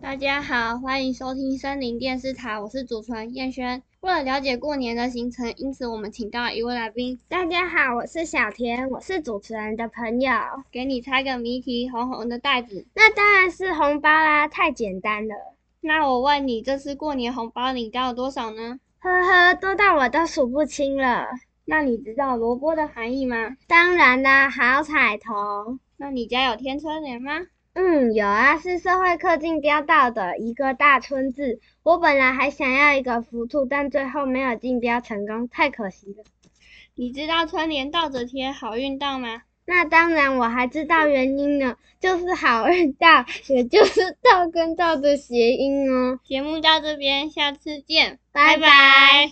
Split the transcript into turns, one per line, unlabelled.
大家好，欢迎收听森林电视塔，我是主持人燕轩。为了了解过年的行程，因此我们请到一位来宾，
大家好，我是小田，我是主持人的朋友。
给你猜个谜题：红红的袋子。
那当然是红包啦，太简单了，
那我问你，这次过年红包领到了多少呢？
呵呵，多到我都数不清了。
那你知道萝卜的含义吗？
当然啦，好彩头。
那你家有天春联吗？
嗯，有啊，是社会课件雕到的一个大村字。我本来还想要一个福兔，但最后没有竞标成功，太可惜了。
你知道春联倒着贴好运到吗？
那当然，我还知道原因呢，就是好运到，也就是道跟道的谐音哦。
节目到这边，下次见，
拜拜。